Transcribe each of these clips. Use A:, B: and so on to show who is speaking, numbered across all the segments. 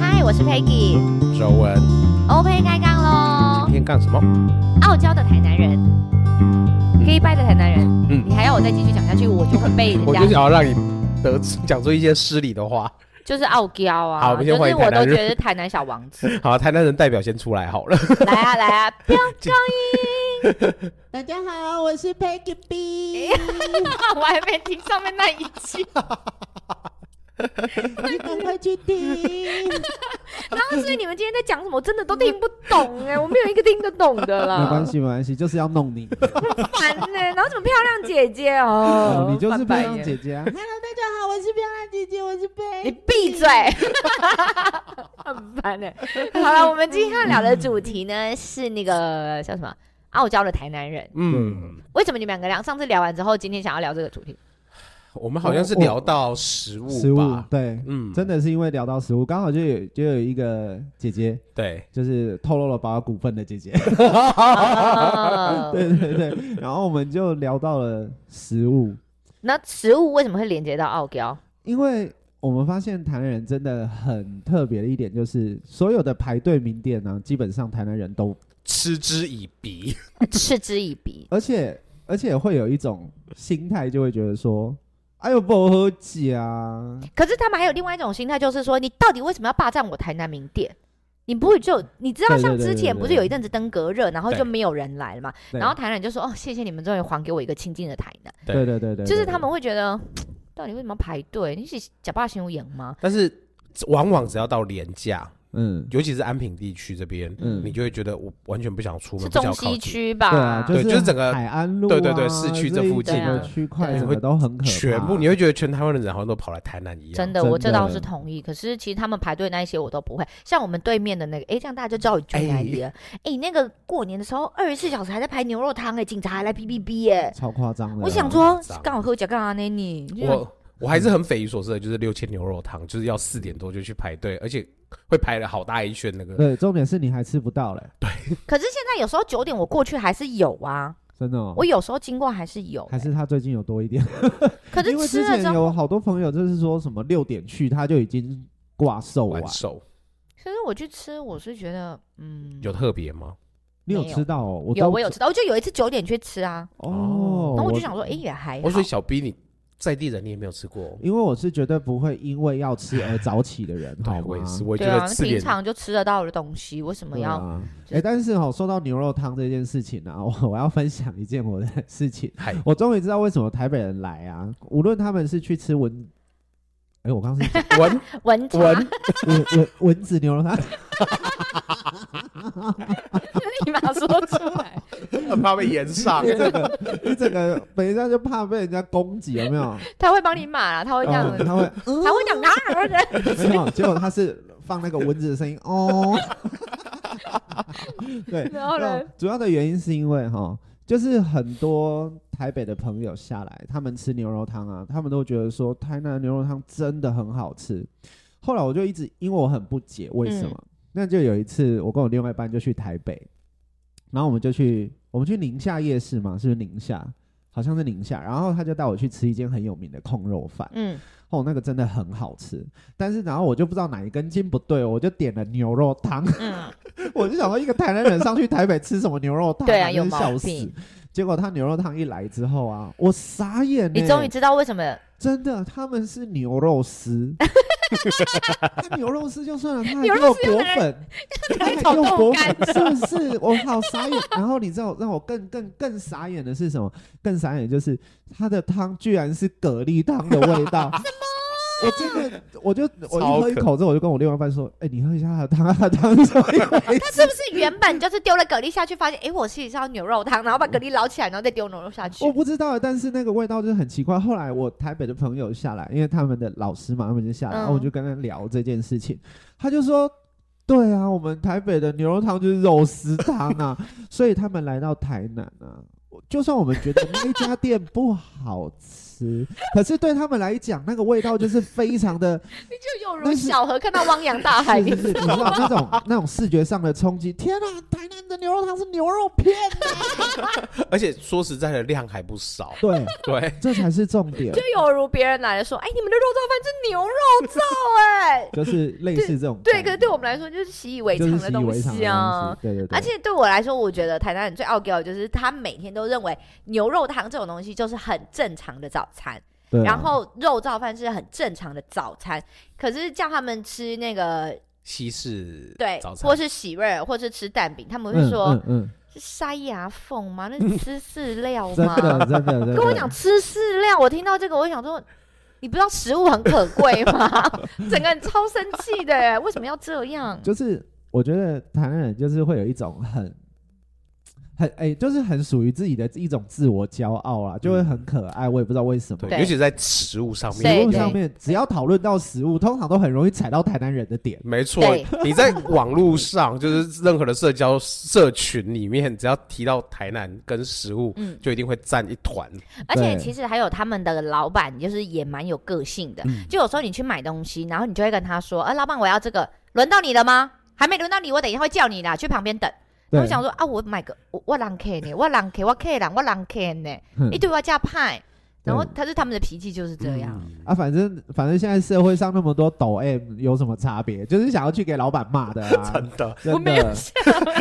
A: 嗨，我是 Peggy，
B: 周文，
A: OK 开杠喽
B: 今！天干什么？
A: 傲娇的台南人，黑白的台南人，
B: 嗯
A: 你还要我再继续讲下去，我就会被人
B: 我就
A: 家
B: 想要让你得讲出一些失礼的话。
A: 就是傲娇
B: 好
A: 啊，
B: 我们
A: 就
B: 先
A: 是
B: 欢迎
A: 我
B: 台
A: 都
B: 南人
A: 觉得是台南小王子。
B: 好，台南人代表先出来好了。
A: 来啊来啊，不要
C: 大家好，我是 Peggy B，
A: 看，我还没听上面那一句，
C: 你赶快去听。
A: 然后所以你们今天在讲什么，我真的都听不懂 哎，我没有一个听得懂的啦，
D: 没关，系，没关系，就是要弄你，
A: 烦呢。然后什么漂亮姐姐哦
D: 哦， 你就是漂
A: 翻白
D: 亮
A: 眼
D: 姐姐啊。
C: Hello，大家好，我是漂亮姐姐，我是 Peggy。
A: 你闭嘴，哎 很烦欸呢、好了，我们今天要聊的主题呢是那个叫什么？傲娇的台南人，
B: 嗯，
A: 为什么你们两个聊上次聊完之后，今天想要聊这个主题？
B: 我们好像是聊到食物吧？
D: 食物，对，
B: 嗯，
D: 真的是因为聊到食物，刚好就有就有一个姐姐，
B: 对，
D: 就是透露了宝宝股份的姐姐， 啊
A: 哦
D: 对对对。然后我们就聊到了食物，
A: 那食物为什么会连接到傲娇？
D: 因为我们发现台南人真的很特别的一点，就是所有的排队名店呢、基本上台南人都，
B: 嗤之以鼻。
A: 嗤之以 鼻。
D: 而且而且会有一种心态，就会觉得说，哎呦不好吃啊，
A: 可是他们还有另外一种心态，就是说，你到底为什么要霸占我台南名店？你不会就你知道，
D: 对对
A: 像
D: 对
A: 之
D: 对
A: 前
D: 对
A: 不是有一阵子登革热，然后就
B: 对
A: 没有人来了嘛，
D: 对
A: 然后台南人就说：“哦，谢谢你们终于还给我一个清静的台南。”
D: 对对对对，
A: 就是
D: 对
A: 他们会觉得，到底为什么要排队？你是假扮行为演吗？
B: 但是往往只要到廉价，
D: 嗯。
B: 尤其是安平地区这边，
D: 嗯
B: 你就会觉得我完全不想出门，
A: 是
B: 不想
A: 中
B: 要靠
A: 西
B: 近，
A: 区吧？
D: 对啊，
B: 对就是整个
D: 海安路、啊，
B: 对对对市区这附
A: 近对啊
D: 的区块，
A: 对
D: 整个都很可怕。
B: 全部你会觉得全台湾的人好像都跑来台南一样。
A: 真
B: 的，
A: 的，我
D: 嗯真
A: 这倒
D: 的
A: 是同意。可是其实他们排队那一些我都不会，像我们对面的那个，哎，这样大家就知道我住哪里了。哎，那个过年的时候，二十四小时还在排牛肉汤，哎，警察还来哔哔哔，哎，
D: 超夸张的。
A: 我想说
B: 紧张
A: 刚好喝假干嘛呢你？你就
B: 我我还是很匪夷所思的，就是六千牛肉汤，就是要四点多就去排队，而且会排了好大一圈那个。
D: 对，重点是你还吃不到嘞，
A: 可是现在有时候九点我过去还是有啊，
D: 真的哦
A: 我。有时候经过还是有
D: 还
A: 欸，
D: 是他最近有多一点，
A: 可
D: 因
A: 是
D: 为
A: 吃
D: 之
A: 了之
D: 前
A: 后，
D: 有好多朋友就是说什么六点去他就已经挂啊售完
B: 完。售
A: 可是我去吃，我是觉得，嗯，
B: 有特别吗？
D: 你有
A: 没有
D: 吃到哦？我
A: 有
D: 都
A: 我有吃到，我就有一次九点去吃啊，
D: 哦，
A: 然后我就想说，哎，也还好
B: 我。哦说小 B，你在地人你也没有吃过哦。
D: 因为我是绝对不会因为要吃而早起的人，好
B: 对，
D: 吗
B: 我也是，我觉
A: 对啊，
B: 得
A: 那
B: 吃
A: 平
B: 点
A: 常就吃得到的东西，为什么
D: 对
A: 要？
D: 啊？
A: 就
D: 哎、但是哦，说到牛肉汤这件事情啊，我我要分享一件我的事情
B: 嗨。
D: 我终于知道为什么台北人来啊，无论他们是去吃蚊，哎、我刚刚是 讲
B: 闻
A: 文茶，
B: 闻
D: 蚊蚊蚊子牛肉汤，
A: 立马说出 来。
B: 很怕被延上。
D: 这个你整个等一下就怕被人家攻击，有 没有？
A: 他会帮你码啦，他哦会这样
D: 哦，
A: 子，
D: 他会
A: 他会讲啊哪儿的，
D: 没有，结果他是放那个蚊子的声音 哦。 对，
A: 然后 呢
D: 那主要的原因是因为哈，就是很多台北的朋友下来，他们吃牛肉汤啊，他们都觉得说台南的牛肉汤真的很好吃。后来我就一直因为我很不解为什么，那就有一次我跟我另外一班就去台北，然后我们就去我们去宁夏夜市嘛，是不是宁夏？好像是宁夏，然后他就带我去吃一间很有名的控肉饭，
A: 嗯，
D: 哦，那个真的很好吃，但是然后我就不知道哪一根筋不对，我就点了牛肉汤，
A: 嗯
D: 我就想说一个台南人上去台北吃什么牛肉汤、
A: 对啊
D: 真
A: 有
D: 是
A: 毛
D: 笑死
A: 病。
D: 结果他牛肉汤一来之后啊，我傻眼、欸，
A: 你终于知道为什么
D: 真的他们是牛肉丝， 他牛肉丝就算了，他还
A: 牛
D: 给
A: 肉
D: 我
A: 丝用
D: 裹
A: 来
D: 粉，他还
A: 来
D: 给
A: 炒
D: 我
A: 豆
D: 裹
A: 干
D: 粉，是不是？我好傻眼。然后你知道让我更更更傻眼的是什么？更傻眼就是它的汤居然是蛤蜊汤的味 道。我真的，我就我
B: 超
D: 一喝一
B: 可
D: 口之后，我就跟我另外一半说：“哎、你喝一下他的汤，他的汤是一回
A: 他是不是原本就是丢了蛤蜊下去，发现哎，诶我其实是要牛肉汤，然后把蛤蜊捞起来，然后再丢牛肉下去
D: 我。不知道，但是那个味道就是很奇怪。后来我台北的朋友下来，因为他们的老师嘛，他们就下
A: 嗯
D: 来，然后我就跟他聊这件事情，他就说。对啊，我们台北的牛肉汤就是肉丝汤 啊，所以他们来到台南啊，我就算我们觉得那一家店不好吃，吃，可是对他们来讲，那个味道就是非常的，
A: 你就有如
D: 但是
A: 小河看到汪洋大海，
D: 是
A: 你
D: 是是你知道那种那种视觉上的冲击。天啊，台南的牛肉汤是牛肉片，。
B: 而且说实在的，量还不少
D: 对，
B: 对，
D: 这才是重点
A: 就，有如别人来说，哎，你们的肉燥饭是牛肉燥哎、
D: 就是类似这种概
A: 对，
D: 念，
A: 可是对我们来说就是习以为
D: 就
A: 常
D: 是
A: 的
D: 习以
A: 东
D: 为常
A: 西
D: 的
A: 啊。
D: 东西，对对对，
A: 而且对我来说，我觉得台南人最傲娇的就是他每天都认为牛肉汤这种东西就是很正常的早餐，
D: 对啊
A: 然后肉燥饭是很正常的早餐。可是叫他们吃那个
B: 西式
A: 对
B: 早，餐
A: 或是喜瑞尔，或是吃蛋饼，他们会
D: 嗯
A: 说、
D: 嗯嗯，
A: 是塞牙缝吗？那是吃饲料
D: 真
A: 吗？
D: 的真的真 的，
A: 跟我讲吃饲料，我听到这个，我想说。你不知道食物很可贵 吗？整个人超生气的耶，为什么要这样？
D: 就是我觉得台南人就是会有一种很。很哎、就是很属于自己的一种自我骄傲啊啦，就会很可爱。我也不知道为什么，
B: 嗯对，
A: 对
B: 尤其在食物上面，
A: 对
D: 食物
A: 对
D: 上面只要讨论到食物，通常都很容易踩到台南人的点。
B: 没错
A: 对，
B: 你在网络上， 就是任何的社交社群里面，只要提到台南跟食物，
A: 嗯
B: 就一定会站一团。
A: 而且
D: 对
A: 其实还有他们的老板，就是也蛮有个性的。
D: 嗯
A: 就有时候你去买东西，然后你就会跟他说：“啊，老板，我要这个，轮到你了吗？还没轮到你，我等一下会叫你啦，去旁边等。”
D: 对，
A: 我想说啊，我买个我我狼 K 呢，我狼 K，我 K 狼，我狼 K 呢，
D: 哼
A: 一堆我加派。然后
D: 对
A: 他是他们的脾气就是这样，
D: 啊，反正反正现在社会上那么多抖 M 有什么差别？就是想要去给老板骂的啊，
B: 真的，
D: 真的
A: 我没有
D: 啊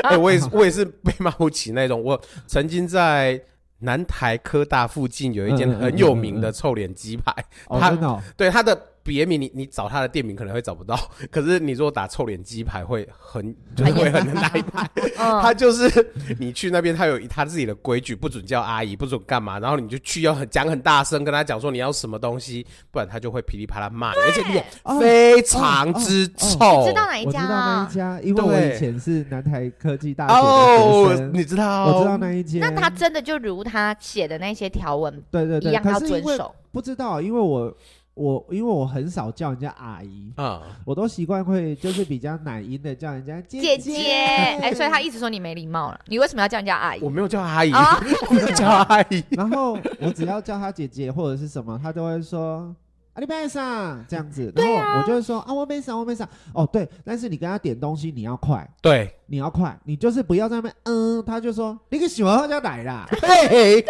B: 哎、我也是，我也是被骂不起那种。我曾经在南台科大附近有一间
D: 嗯嗯嗯
B: 很有名的臭脸鸡排，
D: 哦，
B: 他
D: 真的哦
B: 对它的别名，你你找它的店名可能会找不到，可是你如果打臭脸鸡排会很，就是会很
D: 哎
B: 难 一排。
A: 嗯，
B: 他就是你去那边，他有他自己的规矩，不准叫阿姨，不准干嘛，然后你就去要很讲很大声，跟他讲说你要什么东西，不然他就会噼里啪啦骂你，而且脸
D: 哦
B: 非常之臭。
A: 知道哪一
D: 我知
A: 家
D: 道那
A: 啊
D: 一？家，因为我
B: 对
D: 以前是南台科技大学的学
B: 哦，
D: 生，
B: 你知道？
D: 我知道那一间。
A: 那他真的就如他写的那些条文
D: 对对
A: 一
D: 对，
A: 样要
D: 可是
A: 遵
D: 因为
A: 守，
D: 不知道，因为我我因为我很少叫人家阿姨，
B: 啊、
D: 我都习惯会就是比较奶音的叫人家姐
A: 姐姐，哎，所以他一直说你没礼貌了，你为什么要叫人家阿姨
B: 我？没有叫阿姨，
A: 啊
B: 我没有叫阿姨。
D: 然后我只要叫她姐姐或者是什么，她都会说。啊，你背上这样子，然后我就会说啊，我背上，我背上。哦，对，但是你跟她点东西，你要快，
B: 对，
D: 你要快，你就是不要在那边嗯，她就说你个喜欢喝叫奶啦。
B: 嘿，
A: 可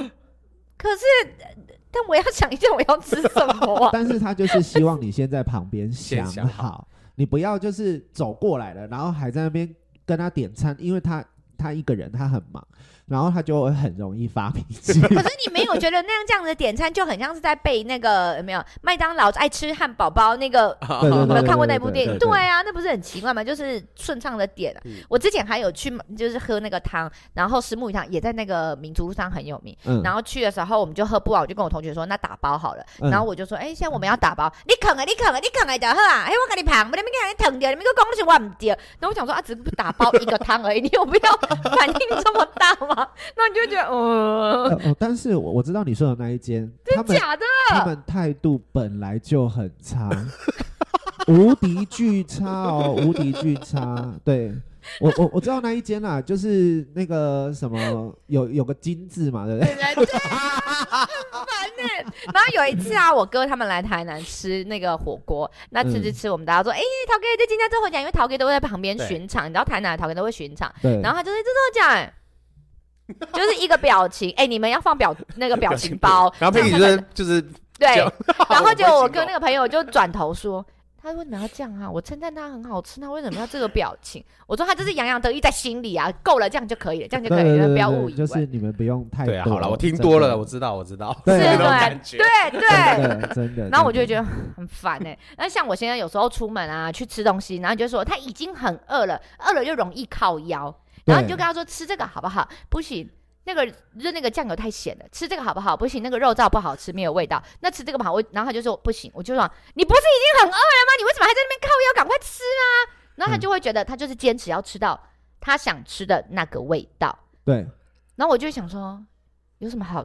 A: 是，呃但我要想一下我要吃什么 啊？
D: 但是她就是希望你先在旁边
B: 先
D: 想
B: 想好
D: 好，你不要就是走过来了，然后还在那边跟她点餐，因为她她一个人，她很忙，然后她就会很容易发脾气。
A: 可是你没有觉得那样这样的点餐就很像是在背那个有没有麦当劳爱吃汉堡包那个？呃
D: 对对
A: 有没有
D: 对
A: 看过
D: 对
A: 那部
D: 对
A: 电影？
D: 对对
A: 啊，那不是很奇怪吗？就是顺畅的点啊、
B: 嗯
A: 我之前还有去就是喝那个汤，然后石木鱼汤也在那个民族路上很有名。
D: 嗯
A: 然后去的时候我们就喝不完，我就跟我同学说那打包好了。
D: 嗯
A: 然后我就说，哎、现在我们要打包，你啃啊，你啃啊，你啃啊就好啊。哎、我跟你旁边你给你疼掉，你们给我讲的是我唔掉。然后我想说啊，只不打包一个汤而已，你有必要反应这么大吗？那你就觉得，呃，
D: 呃哦，但是我我知道你说的那一间，他们
A: 假的，
D: 他们态度本来就很差，无敌巨差哦，无敌巨差。对我我我知道那一间啦，就是那个什么有有个金字嘛，对不对？
A: 对对对，很烦呢、然后有一次啊，我哥他们来台南吃那个火锅，那吃吃吃，我们大家说，哎、陶哥在今天这回讲，因为陶哥都会在旁边
B: 对，
A: 巡场，你知道台南的陶哥都会巡场。
D: 对，
A: 然后他就是这么讲。就是一个表情， 哎、你们要放表那个表情 包
B: 然后
A: 这样
B: 佩奇
A: 才
B: 就
A: 能
B: 是就是，
A: 对，然后
B: 就
A: 结果我跟那个朋友就转头说，他为什么要这样啊？我称赞他很好吃，他为什么要这个表情？ 我说他就是洋洋得意在心里啊，够了，这样就可以了，这样就
D: 对
A: 可以
D: 对
A: 了，
D: 对
A: 不要
D: 对
A: 误以为。
D: 就是你们不用太
B: 对啊，
D: 多
B: 好了，我听多
D: 真
B: 了，
D: 的
B: 我知道，我知道，
D: 对
A: 是
B: 那
D: 啊
B: 种感
A: 对
B: 觉。
A: 对对。
D: 真的真的。
A: 然后我就会
D: 真的
A: 觉得很烦哎、那像我现在有时候出门啊，去吃东西，然后你就说他已经很饿了，饿了就容易靠腰，然后你就跟他说吃这个好不好？不行，那个就那个酱油太咸了，吃这个好不好？不行，那个肉燥不好吃，没有味道。那吃这个不好，我然后他就说不行，我就说你不是已经很饿了吗？你为什么还在那边靠腰？赶快吃啊！然后他就会觉得他就是坚持要吃到他想吃的那个味道。
D: 对，
A: 然后我就想说，有什么好？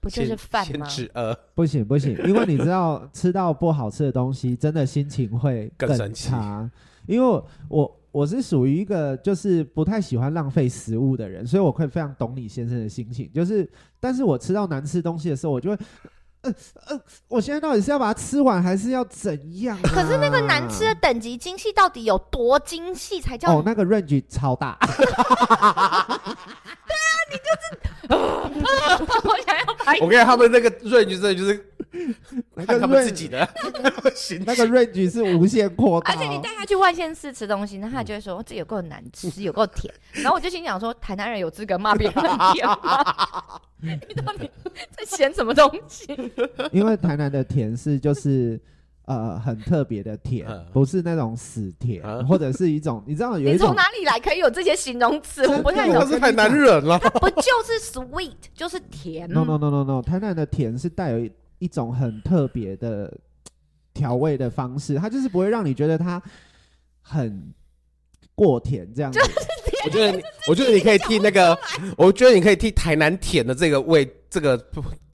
A: 不就是
B: 先
A: 饭
B: 先
A: 吗？
B: 吃呃，
D: 不行不行，因为你知道吃到不好吃的东西，真的心情会
B: 更生气
D: 差。因为我我是属于一个就是不太喜欢浪费食物的人，所以我会非常懂李先生的心情。就是，但是我吃到难吃东西的时候，我就会，呃呃，我现在到底是要把它吃完，还是要怎样、啊
A: 可是那个难吃的。
B: 嗯
A: 等级精细到底有多精细才叫
D: 哦，那个 range 超大，
A: 我想要把
B: 我跟你讲，他们那个 range 真的就是
D: 那
B: 看
D: 个
B: 他们自
D: range
B: 己的行
D: 那个 range 是无限扩大
A: 而
D: 哦、
A: 且你带他去外县市吃东西，
D: 嗯
A: 那他就会说哦这有够难吃，有够甜。然后我就心想说，台南人有资格骂 别人甜吗？你到底在嫌什么东西？
D: 因为台南的甜是就是呃很特别的甜
B: 嗯，
D: 不是那种死甜
B: 啊，
D: 或者是一种你知道有
A: 你
D: 一
A: 从
D: 种
A: 哪里来可以有这些形容词？
D: 真的
A: 我不太
D: 我
A: 懂
B: 他。是太难 忍了。
A: 不就是 sweet 就是甜
D: no no no no no，台南的甜是带有一一种很特别的调味的方式，它就是不会让你觉得它很过甜这样子。
B: 我觉得你，我觉得你可以替那个，我觉得你可以替台南甜的这个为这个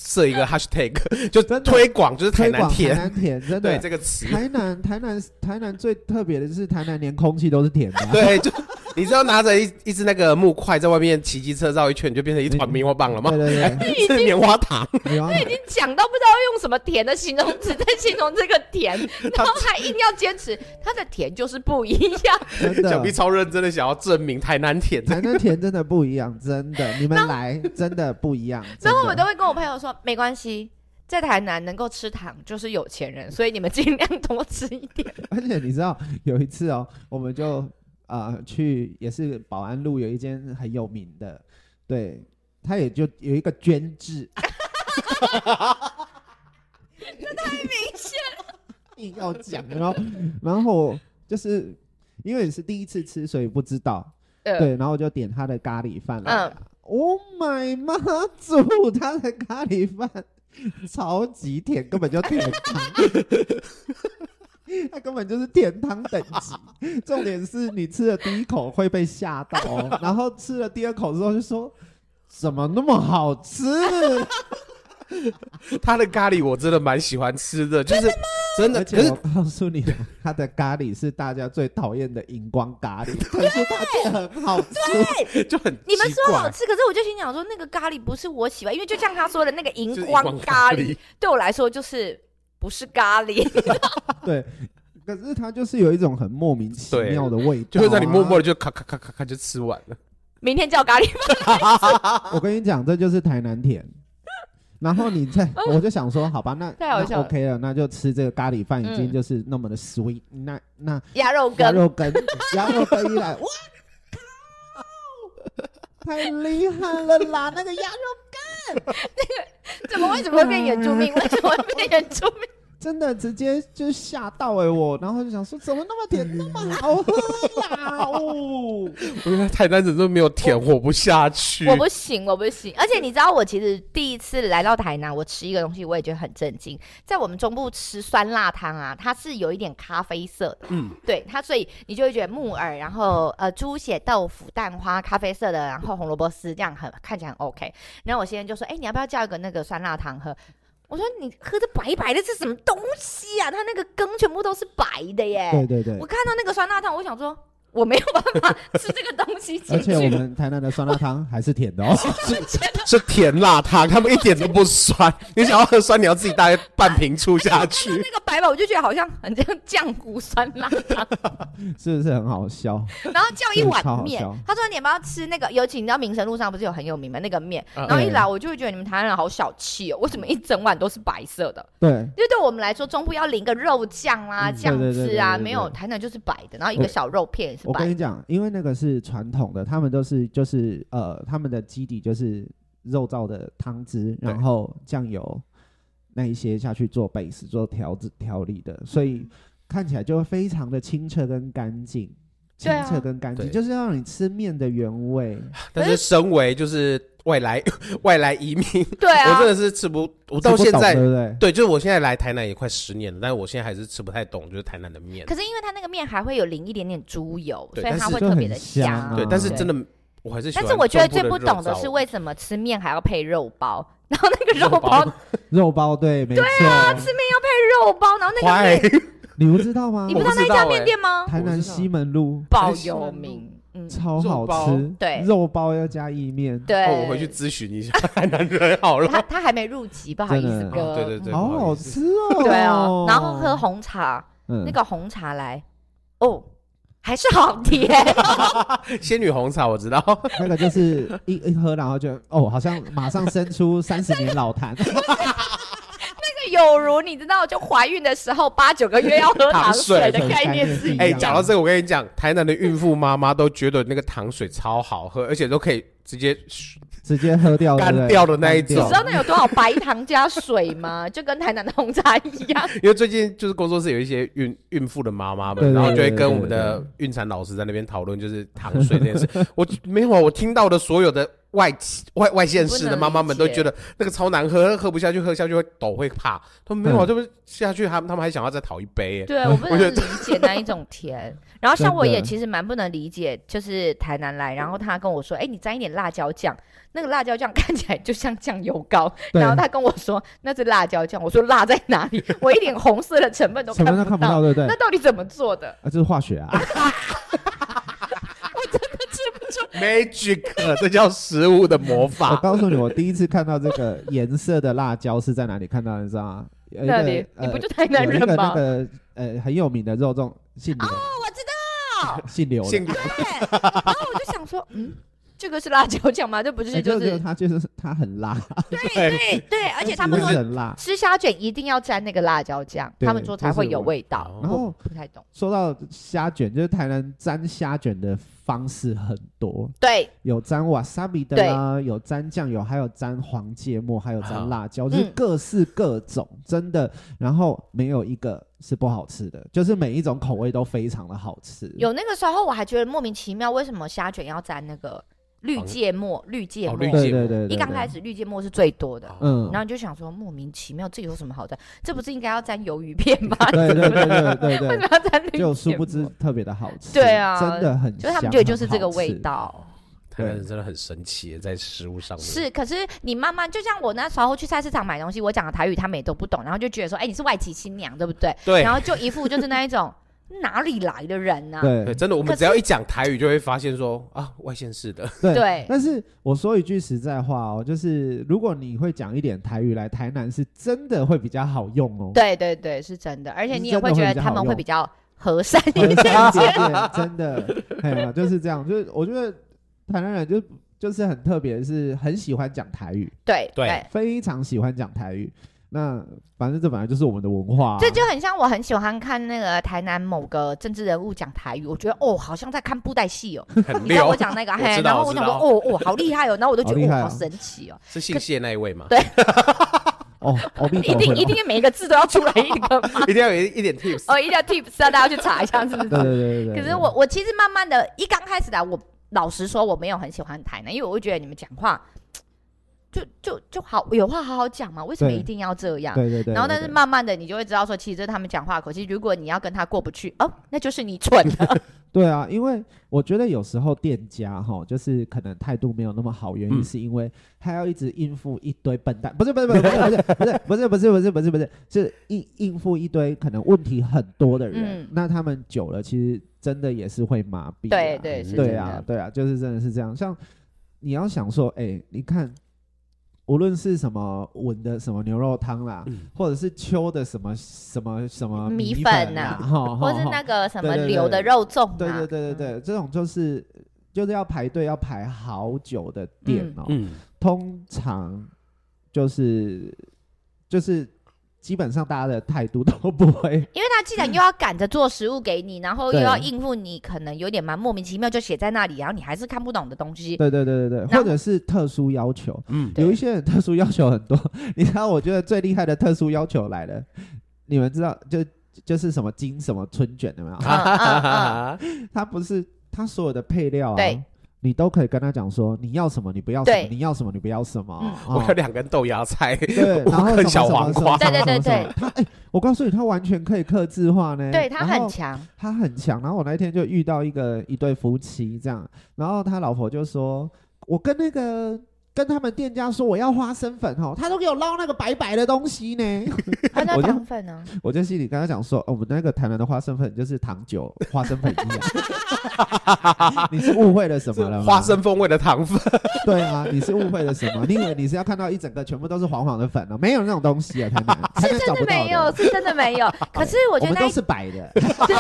B: 设一个 hashtag，就
D: 真的
B: 推广，就是台
D: 推
B: 南
D: 广台
B: 甜，
D: 南甜，真
B: 对
D: 的。
B: 这个词，
D: 台南台南台南最特别的就是台南连空气都是甜的啊、
B: 对，就你知道拿着一一只那个木块在外面骑机车绕一圈，你就变成一团棉花棒了吗
D: 对？对
B: 是棉花糖，
D: 对，然后
A: 已经讲到不知道用什么甜的形容词在 形容这个甜，然后还硬要坚持它的甜就是不一样。
D: 真
B: 小
D: 的
B: B。超认真的想要证明 台南甜。
D: 台南甜真的不一样，真的，你们来真的不一样。
A: 然后我
D: 真的
A: 都会跟我朋友说，没关系。在台南能够吃糖就是有钱人，所以你们尽量多吃一点。
D: 而且你知道有一次哦，我们就啊、呃去也是保安路有一间很有名的，对，它也就有一个捐制，这太明显了， 硬要讲，然后然后就是因为你是第一次吃，所以不知道，
A: 呃，
D: 对，然后我就点他的咖喱饭来、
A: 嗯
D: 嗯、，Oh my 妈祖，他的咖喱饭超级甜，根本就甜汤， 他根本就是甜汤等级。重点是你吃了第一口会被吓到、哦，然后吃了第二口之后就说。怎么那么好 吃？
B: 他的咖喱我真的蛮喜欢吃的，就是真的，
D: 而
B: 可
D: 且
B: 是
D: 我告诉你，哦他的咖喱是大家最讨厌的荧光咖喱，可是它却很好吃。
B: 就很
A: 你们
B: 奇
A: 说好
B: 怪，
A: 吃，可是我就心想说，那个咖喱不是我喜欢，因为就像他说的那个
B: 就
A: 荧
B: 是荧
A: 光
B: 光
A: 咖喱，
B: 喱，
A: 对我来说就是不是咖喱，
D: 对，可是它就是有一种很莫名其
B: 对
D: 妙的味道、
B: 就会让你默默。的就咔咔咔咔咔就吃完 了。
A: 明天叫咖喱。啊
D: 我跟你讲，这就是台南 甜。然后你再，我就想说，好吧，那
A: 哦太好
D: 那
A: 笑了
D: OK 了，那就吃这个咖喱饭已
A: 嗯
D: 经就是那么的 sweet、那那
A: 鸭肉
D: 鸭
A: 羹，
D: 肉羹，鸭肉羹一来，哇靠，太厉害了啦！那个鸭肉
A: 怎么为什么会变原住 民？为什么会变原住民？
D: 真的直接就吓到哎、我，然后就想说，怎么那么甜，那么好喝 啦？哦，
B: 我觉得台南人都没有甜活不下去。
A: 我不 行，我不行。而且你知道，我其实第一次来到台南，我吃一个东西，我也觉得很震惊。在我们中部吃酸辣汤啊，它是有一点咖啡色的，
B: 嗯，
A: 对它，所以你就会觉得木耳，然后呃猪血豆腐、蛋花、咖啡色的，然后红萝卜丝，这样很看起来很 OK。然后我先生就说：“哎、你要不要叫一个那个酸辣汤喝？”我说：“你喝的白白的，这什么东西啊？它那个羹全部都是白的耶。”
D: 对对对
A: 我，看到那个酸辣汤，我想说我没有办法吃这个东西进
D: 而
A: 去
D: 且，我们台南的酸辣汤还是甜的哦。
B: 是甜辣汤，他们一点都 不酸。你想要喝酸，你要自己大概半瓶醋下去。
A: 那个白白我就觉得好像很像酱骨酸 辣汤，
D: 是不是很好笑？
A: 然后叫一碗面
D: 嗯真的超好笑。
A: 他说你要不要吃那个？尤其你知道民生路上不是有很有名的那个面，
B: 嗯
A: 然后一来我就会觉得你们台湾人好小气哦，为什么一整碗都是白色的？
D: 对，
A: 因为对我们来说，中部要淋个肉酱啊、
B: 嗯
A: 酱
D: 对对对
A: 汁
D: 对
A: 啊，
D: 对对
A: 没有台南就是白的，然后一个
D: 我
A: 小肉片也是
D: 我
A: 白
D: 跟
A: 的
D: 你。讲，因为那个是传统的，他们都是就是呃，他们的基底就是肉燥的汤汁，然后酱油那一些下去做 base 做调制调理的，所以看起来就会非常的清澈跟干净，清
A: 对啊
D: 澈跟干净，
B: 对
D: 就是要让你吃面的原味。
B: 但是身为就是外来外来移民，
A: 对
B: 我
A: 啊
B: 真，的是吃不，我
D: 我
B: 到现在
D: 对不对？
B: 对，就是我现在来台南也快十年了，但是我现在还是吃不太懂，就是台南的面。
A: 可是因为它那个面还会有淋一点点猪油，
B: 对
A: 所以
B: 但
A: 它
B: 是
A: 会
D: 就
A: 特别
D: 很
A: 的
D: 香
A: 香。
D: 啊
B: 对，但是
A: 对
B: 真的我还是喜
A: 但
B: 欢。
A: 是我觉得最不懂
B: 的
A: 的
B: 肉燥
A: 是为什么吃面还要配肉包， 然后那个肉包
B: 肉
A: 配啊
D: 肉包对，没错，
A: 肉包，然后那个
B: 坏
A: 面
D: 你不知道吗？
A: 你不知
B: 我
A: 道
B: 不
A: 那
B: 知
A: 一
B: 道
A: 家
B: 欸
A: 面店吗？
D: 台南西门路
A: 嗯保
B: 西
A: 有
B: 门
A: 名，嗯，
D: 超
B: 肉
D: 好
B: 包
D: 吃，
A: 对
D: 肉包要加意面，
A: 对，
B: 哦，我回去咨询一下台南人好了。
A: 他他还没入籍，不好意思
D: 真的
A: 哥，嗯
B: 哦对对对
D: 好
B: 不好
D: 好
B: 意思
D: 吃哦。
A: 对啊，然后喝红茶，
D: 嗯
A: 那个红茶来，哦，还是好 甜，
B: 仙女红茶我知道，
D: 那个就是一一喝，然后就哦，好像马上生出三十年老 痰，
A: 有如你知道，就怀孕的时候八九个月要喝糖
B: 糖水
A: 水的
D: 的
A: 概
D: 概
A: 念
D: 念
A: 是一
D: 是一
B: 哎，
A: 样
D: 样
A: 的。
B: 讲到这个，我跟你讲，台南的孕妇妈妈都觉得那个糖水超好喝，而且都可以直接
D: 直接喝掉，对
B: 干
D: 不对
B: 掉的那一种
A: 你
D: 干
A: 知
D: 掉
A: 道那有多少白糖加水 吗？就跟台南的红茶一样。
B: 因为最近就是工作室有一些孕孕妇的妈妈
D: 对
B: 们，
D: 对
B: 然后就会跟我们
D: 对
B: 的孕产老师在那边讨论，就是糖水这件事。我没有啊， 我听到的所有的外企外外县市的妈妈们
A: 不能
B: 都
A: 理解
B: 觉得那个超难喝，喝不下去，喝下去会抖会怕。他们没有啊，
D: 嗯
B: 他们下去，他们他们还想要再讨一杯耶。
A: 对，我不
B: 我
A: 能
B: 觉得
A: 理解那一种甜。然后像我
D: 真的
A: 也其实蛮不能理解，就是台南来，然后他跟我说：“哎、你沾一点辣椒酱，那个辣椒酱看起来就像酱油膏。”
D: 对
A: 然后他跟我说：“那是辣椒酱。”我说：“辣在哪里？我一点红色的成分都
D: 什
A: 看
D: 么
A: 不到。
D: 都看不到，对不对？
A: 那到底怎么做的？
D: 啊，就是化学啊，
B: Magic，这叫食物的魔
D: 我
B: 法。
D: 告诉你，我第一次看到这个颜色的辣椒是在哪里看到的，你知道吗？有一个
A: 那里、
D: 呃
A: 你不就台南
D: 有一
A: 人
D: 个
A: 吗啊
D: 那？个呃很有名的肉粽，姓刘，
A: 我知道。
D: 姓刘的，
B: 性格
A: 对，然后我就想说，嗯，这个是辣椒酱吗？这不是
D: 哎
A: 就
D: 就是是他就是他很辣，
A: 对对，而且他
D: 不
A: 们
D: 是
A: 说
D: 很辣。
A: 吃虾卷一定要沾那个辣椒酱，
D: 对
A: 他们说才会有味道。
B: 就是
D: 然后
A: 不太懂，
D: 说到虾卷，就是台南沾虾卷的方式很多，
A: 对，
D: 有沾瓦萨比的啦，有沾酱油，还有沾黄芥末，还有沾辣椒，
A: 嗯
D: 就是各式各种，真的。然后没有一个是不好吃的，就是每一种口味都非常的好吃。
A: 有那个时候我还觉得莫名其妙，为什么虾卷要沾那个绿芥末？绿芥
B: 哦
A: 末，
B: 绿芥
D: 对对对对，
A: 一
D: 对
A: 刚开，始绿芥末是最多的。
D: 嗯
A: 然，后你就想说，莫名其妙，这有什么好沾？这不是应该要沾鱿鱼 片吗？
D: 对对对对对
A: 为什
D: 对，
A: 么要沾绿芥末？
D: 就殊不知特别的好吃，
A: 啊对啊
D: 真的很香，
A: 就是他们觉得就是这个味
D: 很好
A: 道。
B: 台南人真的很神奇，在食物上面
A: 是，可是你慢慢，就像我那时候去菜市场买东西，我讲的台语他们也都不懂，然后就觉得说，哎、你是外籍新娘，对不对？
B: 对
A: 然后就一副就是那一 种哪里来的人啊呐、
D: 吃。对
B: 对，真的，我
A: 可
B: 们
A: 是
B: 只要一讲台语，就会发现说啊，外县市 的
D: 对
A: 对
D: 但是我说一句实在话哦，就是如果你会讲一点台语来台南，是真的会比较好用哦。
A: 对对对，是真的，而且
D: 是
A: 你也
D: 真的
A: 会觉
D: 会
A: 得
D: 比较
A: 他
D: 好
A: 们会
D: 用
A: 比较和善一
D: 很
A: 点。
D: 少见真的，哎呀，就是这样。就是我觉得台南人就就是很特别，是很喜欢讲台语，
A: 对
B: 对
D: 非常喜欢讲台语。那反正这本来就是我们的文
B: 哦
D: 化啊、
A: 这就很像我很喜欢看那个台南某个政治人物讲台语，我觉得哦，好像在看布袋戏 哦。
B: 很
A: 你知道
B: 溜
A: 我， 讲那个，
B: 我
A: 嘿，
B: 知道
A: 然后
B: 我
A: 我
B: 知
A: 想说
B: 道
A: 哦哦，好厉害哦，然后 我都觉
D: 好
A: 得
D: 厉害
A: 哦，好
D: 哦
A: 神奇 哦，
B: 是姓谢那一位吗？
D: 哦，欧比
A: 一 定一定每一个字都要出来一个 吗？
B: 一定要有一一点 tips。
A: 哦，一定要 tips 啊，大家去查一下是不是？
D: 对对对对对。
A: 可是我我其实慢慢的，一刚开始来，我老实说我没有很喜欢台南，因为我会觉得你们讲话就就就好有话好好讲嘛，为什么
D: 对
A: 一定要这样？
D: 对对对，
A: 然后，
D: 对
A: 但是
D: 对
A: 慢慢的，你就会知道说，其实这是他们讲话的口气。如果你要跟他过不 去，哦，那就是你蠢了。
D: 对啊，因为我觉得有时候店家哈，就是可能态度没有那么好，原因
B: 嗯
D: 是因为他要一直应付一堆笨蛋，不是不是不是不是不是不是不是不是不是不是是应应付一堆可能问题很多的人，
A: 嗯
D: 那他们久了其实真的也是会麻痹啊、
A: 对对是
B: 对
A: 真
D: 啊
A: 的，
D: 对啊，就是真的是这样。像你要想说，哎、你看，无论是什么稳的什么牛肉汤啦，
B: 嗯
D: 或者是秋的什么什么什么
A: 米
D: 米
A: 粉
D: 粉啦，
A: 啊 或
D: 哈哈
A: 是
D: 哈
A: 那个什么
D: 对对对
A: 流的肉粽嘛。嗯
D: 对对对对对，这种就是就是要排队要排好久的店哦、
B: 嗯，
D: 通常就是就是基本上大家的态度都不 会，
A: 因为他既然又要赶着做食物给你，然后又
D: 对
A: 要应付你，可能有点蛮莫名其妙就写在那里，然后你还是看不懂的东西。
D: 对对对对对，
A: 后
D: 或者是特殊要求，
B: 嗯
A: 对
D: 有一些人特殊要求很多，你知道，我觉得最厉害的特殊要求来了，你们知道就就是什么金什么春卷有没有？
A: 嗯嗯嗯，
D: 它不是它所有的配料啊
A: 对。
D: 你都可以跟他讲说你要什么，你不要什
A: 对
D: 么，你要什么，你不要什么。
A: 嗯
D: 哦
B: 我要两根豆芽菜，
D: 对，然后
B: 我
D: 什
B: 跟
D: 么
B: 小
D: 什么
B: 黄
D: 什
B: 瓜
D: 么，
A: 对对对
D: 什么什么他哎，我告诉你，他完全可以克制化呢。
A: 对他
D: 然
A: 很
D: 后
A: 强，
D: 他很强。然后我那一天就遇到一个一对夫妻这样，然后他老婆就说：“我跟那个跟他们店家说我要花生粉哈，他都给我捞那个白白的东西呢。
A: 啊，那
D: 我就
A: 糖粉 呢？
D: 我就心里跟他讲说，哦，我们那个台南的花生粉就是糖酒花生粉一样。 你是误会了什么了
B: 是
D: 吗？
B: 花生风味的糖粉，
D: 对啊，你是误会了什么？你以为你是要看到一整个全部都是黄黄的粉哦？没有那种东西啊，台 南台南找
A: 真
D: 不
A: 的
D: 到
A: 没有，
D: 的。
A: 是真的没 有。可是我
D: 我
A: 觉得
D: 们
A: 那
D: 都
A: 一
D: 是啊嗯白 的，
A: 对，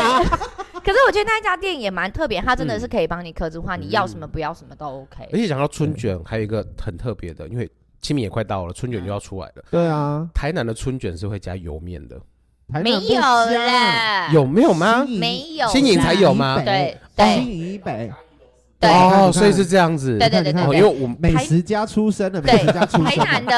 A: 可是我觉得那一家店也蛮特别，它真的是可以帮你克制化，你要
D: 嗯
A: 什么不要什么都 OK。
B: 而且哎讲到春卷，还有一个很特别的，因为清明也快到了，春卷就要出来
A: 嗯
B: 了。
D: 对啊，
B: 台南的春卷是会加油面的，
D: 台南
A: 没
D: 不
A: 有
D: 香，
A: 啦，
B: 有没有吗？
D: 新营
A: 没有啦？
B: 新颖才有吗
D: 新
A: 对
D: 营
A: 对
D: 新营以北，
A: 对
B: 哦，
D: 你看
B: 所以是这样子。
A: 对对对
D: 你看
A: 对
B: 哦，因
A: 对
B: 为。我们
D: 美食家出身的美
A: 对
D: 食家出
A: 台
D: 身
A: 南
D: 的，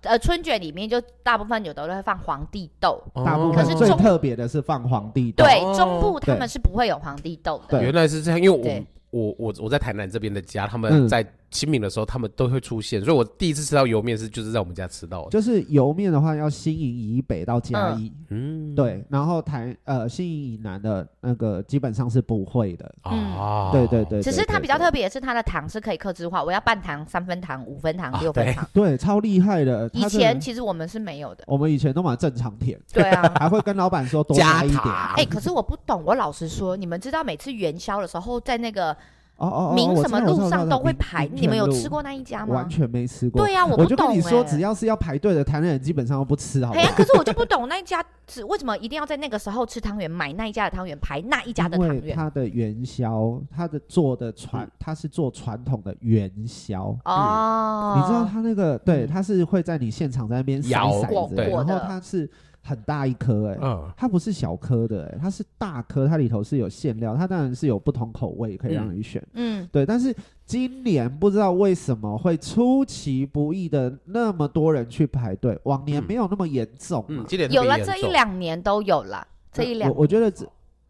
A: 的呃春卷里面就大部分有的都会放皇帝豆，
D: 大部分
A: 可是
D: 最
A: 中
D: 特别的是放皇帝豆，
A: 对
B: 哦
A: 中部他
D: 对
A: 们是不会有皇帝豆的。
D: 对
B: 原来是这样，因为
A: 对
B: 我我我我在台南这边的家，他们
D: 嗯
B: 在清明的时候，他们都会出现，所以我第一次吃到油面是就是在我们家吃到的。
D: 就是油面的话要新营以北到嘉义，
B: 嗯，
D: 对，然后台呃新营以南的那个基本上是不会的，
B: 啊，
D: 对对对，
A: 只
D: 对
A: 是它
D: 对
A: 比较
D: 对
A: 特别的是，它的糖是可以克制化，我要半糖、三分糖、五分糖、六分糖。
D: 啊对，超厉害的。
A: 以
D: 他真的
A: 前其实我们是没 有的，
D: 我们以前都买正常甜，
A: 对啊。
D: 还会跟老板说多
B: 加
D: 加一点。
B: 糖
A: 哎、可是我不懂，我老实说，你们知道每次元宵的时候，在那个
D: 哦哦哦，
A: 哎明
D: 我
A: 什么
D: 知道我知
A: 路
D: 道
A: 上
D: 我知
A: 都
D: 道
A: 会
D: 民
A: 排，
D: 民
A: 你们
D: 权
A: 有
D: 路
A: 吃过那一家吗
D: 完？全没吃过。
A: 对呀、我
D: 我
A: 不
D: 就
A: 懂、欸。
D: 跟你说，只要是要排队的台南人，基本上都不吃，好不
A: 哎
D: 好
A: 呀、？可是我就不懂那一家只为什么一定要在那个时候吃汤圆，买那一家的汤圆，排那一家的
D: 因
A: 汤
D: 为
A: 圆。
D: 它的元宵，它的做的传，它是做传统的元宵。
A: 哦，
D: 你知道它那个对，
A: 嗯
D: 它是会在你现场在那边
B: 摇
D: 筛
B: 过
D: 骰子，
B: 对
D: 然后
A: 的
D: 它是很大一颗哎，
B: 嗯，
D: 它不是小颗的哎，它是大颗，它里头是有馅料，它当然是有不同口味可以让你选。
A: 嗯，
D: 对，但是今年不知道为什么会出其不意的那么多人去排队，往年
B: 嗯
D: 没有那么严重嘛
B: 嗯，。今年特
A: 有
B: 别
A: 了
B: 严
A: 这一
B: 重
A: 两年都有了，这一两哦
D: 我我觉得这，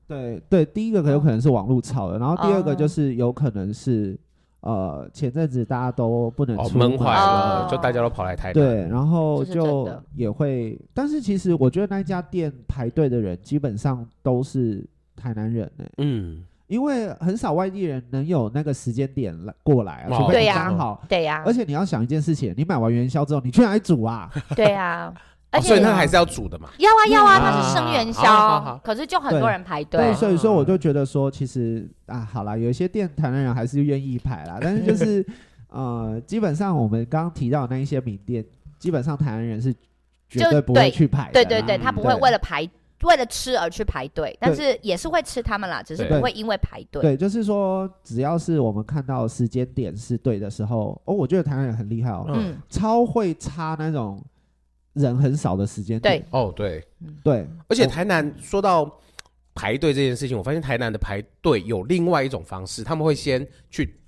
D: 对对，第一个可有可能是网络炒的，然后第二个
A: 哦
D: 就是有可能是，呃，前阵子大家都不能
B: 哦，
D: 嗯出
B: 闷
D: 门
B: 坏
A: 哦
B: 了，就大家都跑来台南。
D: 对，然后
A: 这是真
D: 就
A: 的
D: 也会，但是其实我觉得那一家店排队的人基本上都是台南人呢、
B: 嗯，
D: 因为很少外地人能有那个时间点来过来啊，
B: 哦
D: 除非
A: 对
D: 你
A: 呀
D: 刚好
A: 对呀、
D: 而且你要想一件事情，你买完元宵之后，你去哪里煮 啊？
A: 对呀、而
B: 哦
A: 且
B: 所以那还是要煮的嘛。
A: 要啊要啊，
B: 啊
A: 它是生元宵，
B: 好好好
A: 可是就很多人排
D: 对，
A: 队。
D: 所以说我就觉得说，其实啊，好啦，有一些店台南人还是愿意排啦，但是就是 呃，基本上我们刚刚提到的那一些名店，基本上台南人是绝
A: 就
D: 对不
A: 对
D: 会去排的
A: 对
D: 啦，
A: 对对，
B: 嗯
A: 他不会为了排为了吃而去排队，但是也是会吃他们啦，只是
B: 对
A: 不会因为排队。
D: 对，就是说，只要是我们看到时间点是对的时候，哦，我觉得台南人很厉害哦，
A: 嗯，
D: 超会插那种人很少的时间点，
B: 哦，对，哦
D: 对，
B: 而且
D: 我
B: 台南说到排队这件事情，我发现台南的排队有另外一种方式，他们会先去，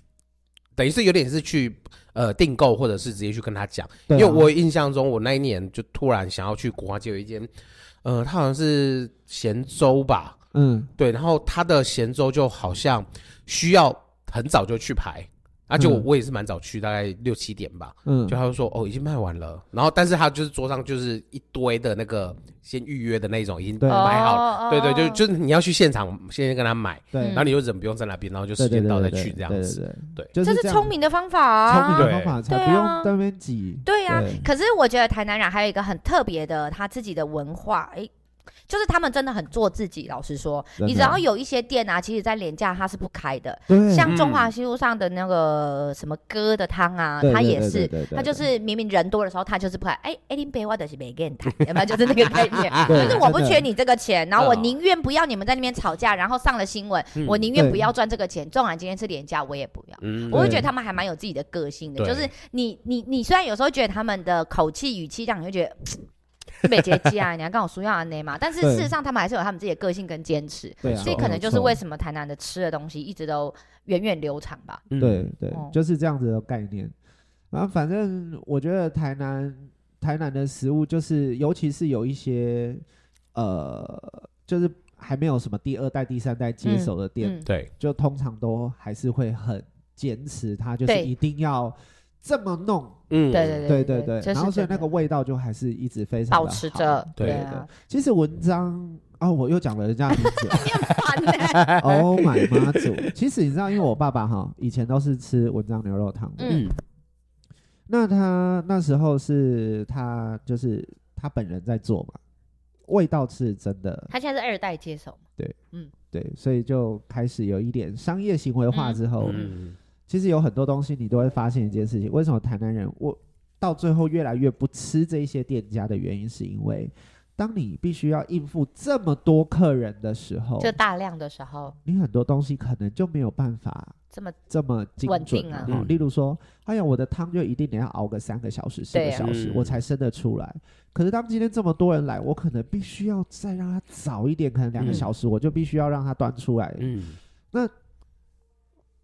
B: 等于是有点是去呃订购，或者是直接去跟他讲。
D: 对啊
B: 因为我印象中，我那一年就突然想要去国华街有一间，呃，它好像是咸粥吧，
D: 嗯，
B: 对，然后它的咸粥就好像需要很早就去排。而且我
D: 嗯
B: 我也是蛮早去，大概六七点吧。
D: 嗯
B: 就他就说哦，已经卖完了。然后，但是他就是桌上就是一堆的那个先预约的那种，已经
D: 对
B: 买好
A: 了
B: 了。对对，就就是你要去现场先跟他买，
D: 对
A: 嗯
B: 然后你就人不用在那边，然后就
D: 对
B: 时
D: 对
B: 间
D: 对
B: 到再
D: 对
B: 去这样子。，
D: 对
B: 对
D: 对对对，就
A: 这
D: 这
A: 是
D: 样
A: 聪明的方法
D: 聪明
A: 啊。
D: 的方法，才
A: 对
D: 不用
A: 啊
D: 在那边挤。
A: 对呀、
D: 对
A: 可是我觉得台南人还有一个很特别的他自己的文化，诶，就是他们真的很做自己。老实说，
D: 真的
A: 你只要有一些店啊，其实在廉价它是不开的，
D: 对，
A: 像中华西路上的那个什么哥的汤啊，
D: 对
A: 它
D: 对
A: 也
D: 对
A: 是
D: 对对对
A: 他就是明明人多的时候，他就是不来。哎，哎，林北我就是没给你谈， 有没有？就是那个概念。
D: 对
A: 就是我不
D: 真的啊
A: 缺你这个钱，然后我
B: 嗯
A: 宁愿不要你们在那边吵架，然后上了新闻，
B: 嗯
A: 我宁愿
D: 对
A: 不要赚这个钱。纵然今天是廉价，我也不要。
B: 嗯
A: 我会
D: 对
A: 觉得他们还蛮有自己的个性的，
B: 对
A: 就是你你你虽然有时候觉得他们的口气语气让你会觉得没节气啊，你要跟我说要安内 嘛，但是
D: 对
A: 事实上他们还是有他们自己的个性跟坚持，
D: 对啊，
A: 所以可能就是
D: 没有错
A: 为什么台南的吃的东西一直都源远流长吧。
B: 嗯
D: 对对
A: 哦，
D: 就是这样子的概念。然后反正我觉得台南台南的食物就是，尤其是有一些呃，就是还没有什么第二代、第三代接手的店，
A: 嗯，
B: 对，
D: 就通常都还是会很坚持，它就是
A: 对
D: 一定要这么弄。
B: 嗯
A: 对对
D: 对对
A: 对
D: 对，
A: 这是
D: 然后所
A: 真
D: 以那
A: 的
D: 个味道就还是一直非常
A: 保
D: 地
A: 持
D: 好
A: 着
D: 对
B: 对
A: 啊
D: 其实文章啊，我又讲了人家的名字。
A: 烦欸
D: Oh my 妈祖！其实你知道，因为我爸爸哈以前都是吃文章牛肉汤的，
A: 嗯
B: 嗯
D: 那他那时候是他就是他本人在做嘛，味道是真的
A: 他现在是二代接手
D: 哦
A: 嘛，
D: 对，所以就开始有一点商业行为化
A: 嗯
D: 之后，
B: 嗯，
D: 其实有很多东西你都会发现一件事情，为什么台南人我到最后越来越不吃这一些店家的原因，是因为当你必须要应付这么多客人的时候，
A: 就大量的时候
D: 你很多东西可能就没有办法
A: 这么
D: 这么精
A: 稳
D: 准
A: 定
D: 了
A: 啊
D: 哈
B: 嗯
D: 例如说，哎呀，我的汤就一定得要熬个三个小时、四
A: 对
D: 个
A: 啊。
D: 小时，
B: 嗯
D: 我才生得出来。可是当今天这么多人来，我可能必须要再让他早一点，可能两个
B: 嗯
D: 小时，我就必须要让他端出来。
B: 嗯，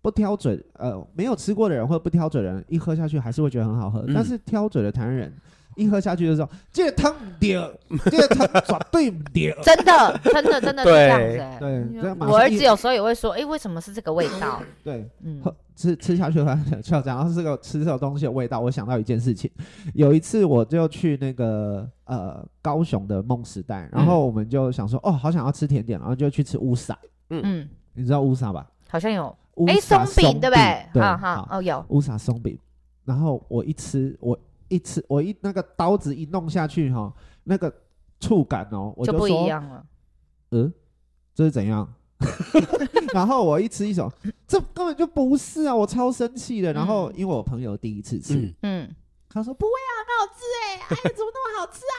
D: 不挑准，呃，没有吃过的人或者不挑准的人，一喝下去还是会觉得很好喝。
B: 嗯
D: 但是挑准的台湾人，一喝下去就说这个汤不对，这个汤绝对不对
A: 真的真的真的是这样子欸。
D: 对，这样马上
A: 我儿
D: 一
A: 子有时候也会说，哎，为什么是这个味道？
D: 对
A: 嗯，
D: 喝吃吃下去的话， 就要讲到这个吃这种东西的味道，我想到一件事情。有一次我就去那个呃高雄的梦时代，然后我们就想说、哦，好想要吃甜点，然后就去吃乌萨，
A: 嗯，
D: 你知道乌萨吧？
A: 好像有，
D: 乌
A: 哎，
D: 萨
A: 饼对不对？
D: 对，
A: 哈
D: 好
A: 哈，哦有，
D: 乌萨松饼，然后我一吃，我一吃，我一那个刀子一弄下去哈、那个触感哦，我
A: 就不一
D: 说，
A: 样了。
D: 嗯，这是 怎样？ 然后我一吃一手，这根本就不是啊！我超生气的。然后因为我朋友第一次吃，
B: 嗯
A: 嗯，
D: 他说不会啊，
C: 好吃哎、哎呀，怎么那么好吃啊？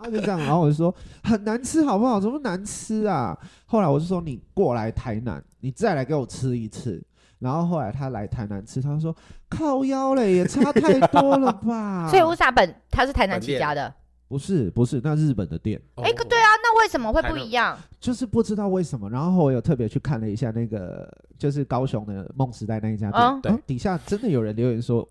D: 然后就这样，然后我就说很难吃，好不好？怎么难吃啊？后来我就说你过来台南，你再来给我吃一次。然后后来他来台南吃，他说靠腰嘞，也差太多了吧？
A: 所以乌萨本它是台南
B: 本
A: 起
B: 店
A: 家的，
D: 不是不是，那日本的店
B: 哦
A: 哎，可对啊，那为什么会不一样？
D: 就是不知道为什么，然后我有特别去看了一下那个，就是高雄的梦时代那一家店，
A: 嗯
B: 对
D: 啊底下真的有人留言说，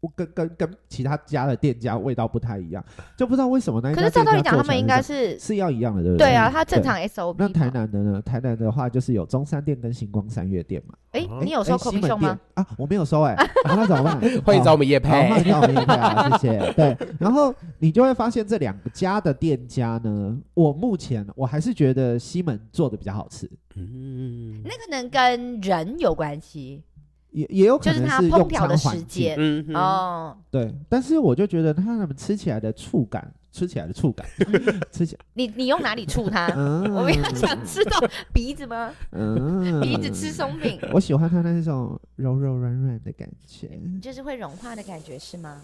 D: 我跟跟跟其他家的店家味道不太一样，就不知道为什么那一
A: 可
D: 家
A: 是照
D: 店
A: 道理
D: 家
A: 讲，他
D: 做起来
A: 们应该
D: 是
A: 是
D: 这样是要一样的，对不
A: 对啊，
D: 嗯
A: 它正常
D: 那
A: SOP。
D: 台，南的呢？台南的话就是有中山店跟星光三月店嘛。
A: 哎，
B: 哦
A: 你有收
D: 哎
A: 口
D: 西
A: 鼻
D: 门
A: 秀吗
D: 店？啊，我没有 收哎、啊那怎么办？
B: 欢迎
D: 好
B: 找我们叶
D: 好，
A: 哎
B: 佩
D: 欢，迎到我们一啊，谢谢。对，然后你就会发现这两家的店家呢，我目前我还是觉得西门做的比较好吃，
B: 嗯
A: 那可能跟人有关系，
D: 也也有可
A: 就是
D: 能
A: 它烹
D: 用
A: 调
D: 餐
A: 的
D: 环
A: 时
D: 境。
A: 间。
B: 嗯哼，
A: 哦，
D: 对，但是我就觉得他们吃起来的触感，吃起来的触感，吃起来，
A: 你你用哪里触它？
D: 嗯，
A: 啊我们要想吃到鼻子吗？
D: 嗯，
A: 鼻子吃。松 饼，
D: 我喜欢它那种柔柔软软的感觉。
A: 就是会融化的感觉是吗？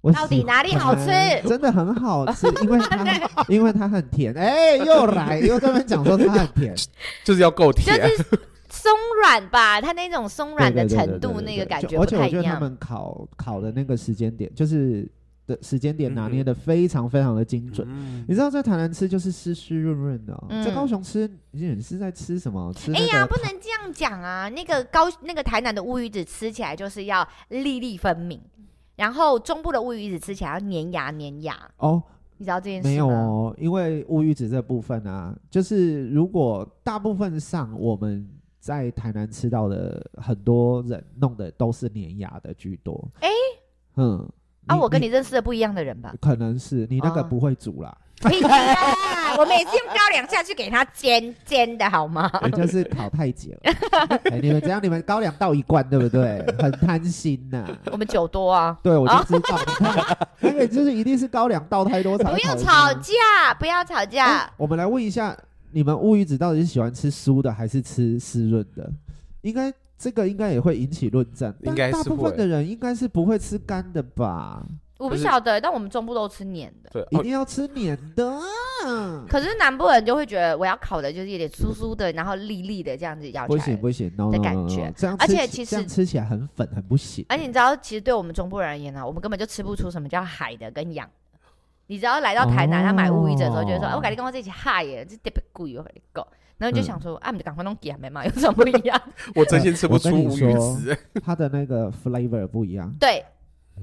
D: 我
A: 到底
D: 喜
A: 哪里好吃
D: 欢真的很好 吃，因为它因为它很甜。哎，又来又跟他们讲说它很甜，
B: 就是要够
A: 就
B: 甜，
A: 是松软吧，它那种松软的
D: 对对对对
A: 程
D: 对
A: 度，
D: 对
A: 那
D: 对
A: 个感
D: 就
A: 觉不
D: 而且
A: 太
D: 我
A: 一
D: 觉得他
A: 样。
D: 们考考的那个时间点，就是的时间点拿
B: 嗯
D: 捏的非常非常的精准。
B: 嗯
D: 你知道在台南吃就是湿湿润润的哦、
A: 嗯
D: 在高雄吃你是在吃什么？吃那
A: 哎
D: 个
A: 呀，不能这样讲啊！那个高那个台南的乌鱼子吃起来就是要粒粒分明，然后中部的乌鱼子吃起来要粘牙粘牙，
D: 哦，
A: 你知道这件事吗？
D: 没有哦，因为乌鱼子这部分啊，就是如果大部分上我们在台南吃到的很多人弄的都是粘牙的居多。
A: 哎
D: 嗯，？
A: 啊，我跟你认识的不一样的人吧
D: 可能是你那个
A: 哦
D: 不会煮啦，
A: 屁啦！我每次用高粱下去给它煎煎的好吗？
D: 人家是烤太姐了。 哎，你们怎样？你们高粱倒一罐对不对？ 很贪心呐、哦
A: 我们酒多啊。
D: 对，我就知道，你 看那个就是一定是高粱倒太多才
A: 不
D: 会
A: 要
D: 烤得
A: 吵
D: 出来
A: 架，不要吵架
D: 哎。我们来问一下，你们乌鱼子到底是喜欢吃酥的还是吃湿润的？应该这个应该也会引起论战，但
B: 应该是
D: 大部
B: 会
D: 分的人应该是不会吃干的吧？
A: 我不
B: 就是
A: 晓得，但我们中部都吃黏的。
B: 对
D: 一
B: 哦
D: 定要吃黏的啊。
A: 可是南部人就会觉得我要烤的就是有点酥酥的，然后粒粒的这样子咬起
D: 不
A: 来。
D: 行不行，no
A: 的
D: no
A: 感
D: no, no,
A: 觉
D: no，这样
A: 而
D: 吃
A: 且
D: 起
A: 其实
D: 这样吃起来很粉，很不行。
A: 而且你知道，其实对我们中部人而言呢、我们根本就吃不出什么叫海的跟洋的。你只要来到台南，
D: 哦
A: 他买乌鱼子的时候，就会说：“哎、我跟你跟我在一起嗨耶，这特别贵，哦我跟你讲。”然
B: 嗯
A: 后你就想说：“啊，你就赶快弄给没嘛，有什么不一样，
B: 我真心吃不出乌鱼
D: 我跟
B: 子，
D: 它的那个 flavor 不一样？”
A: 对，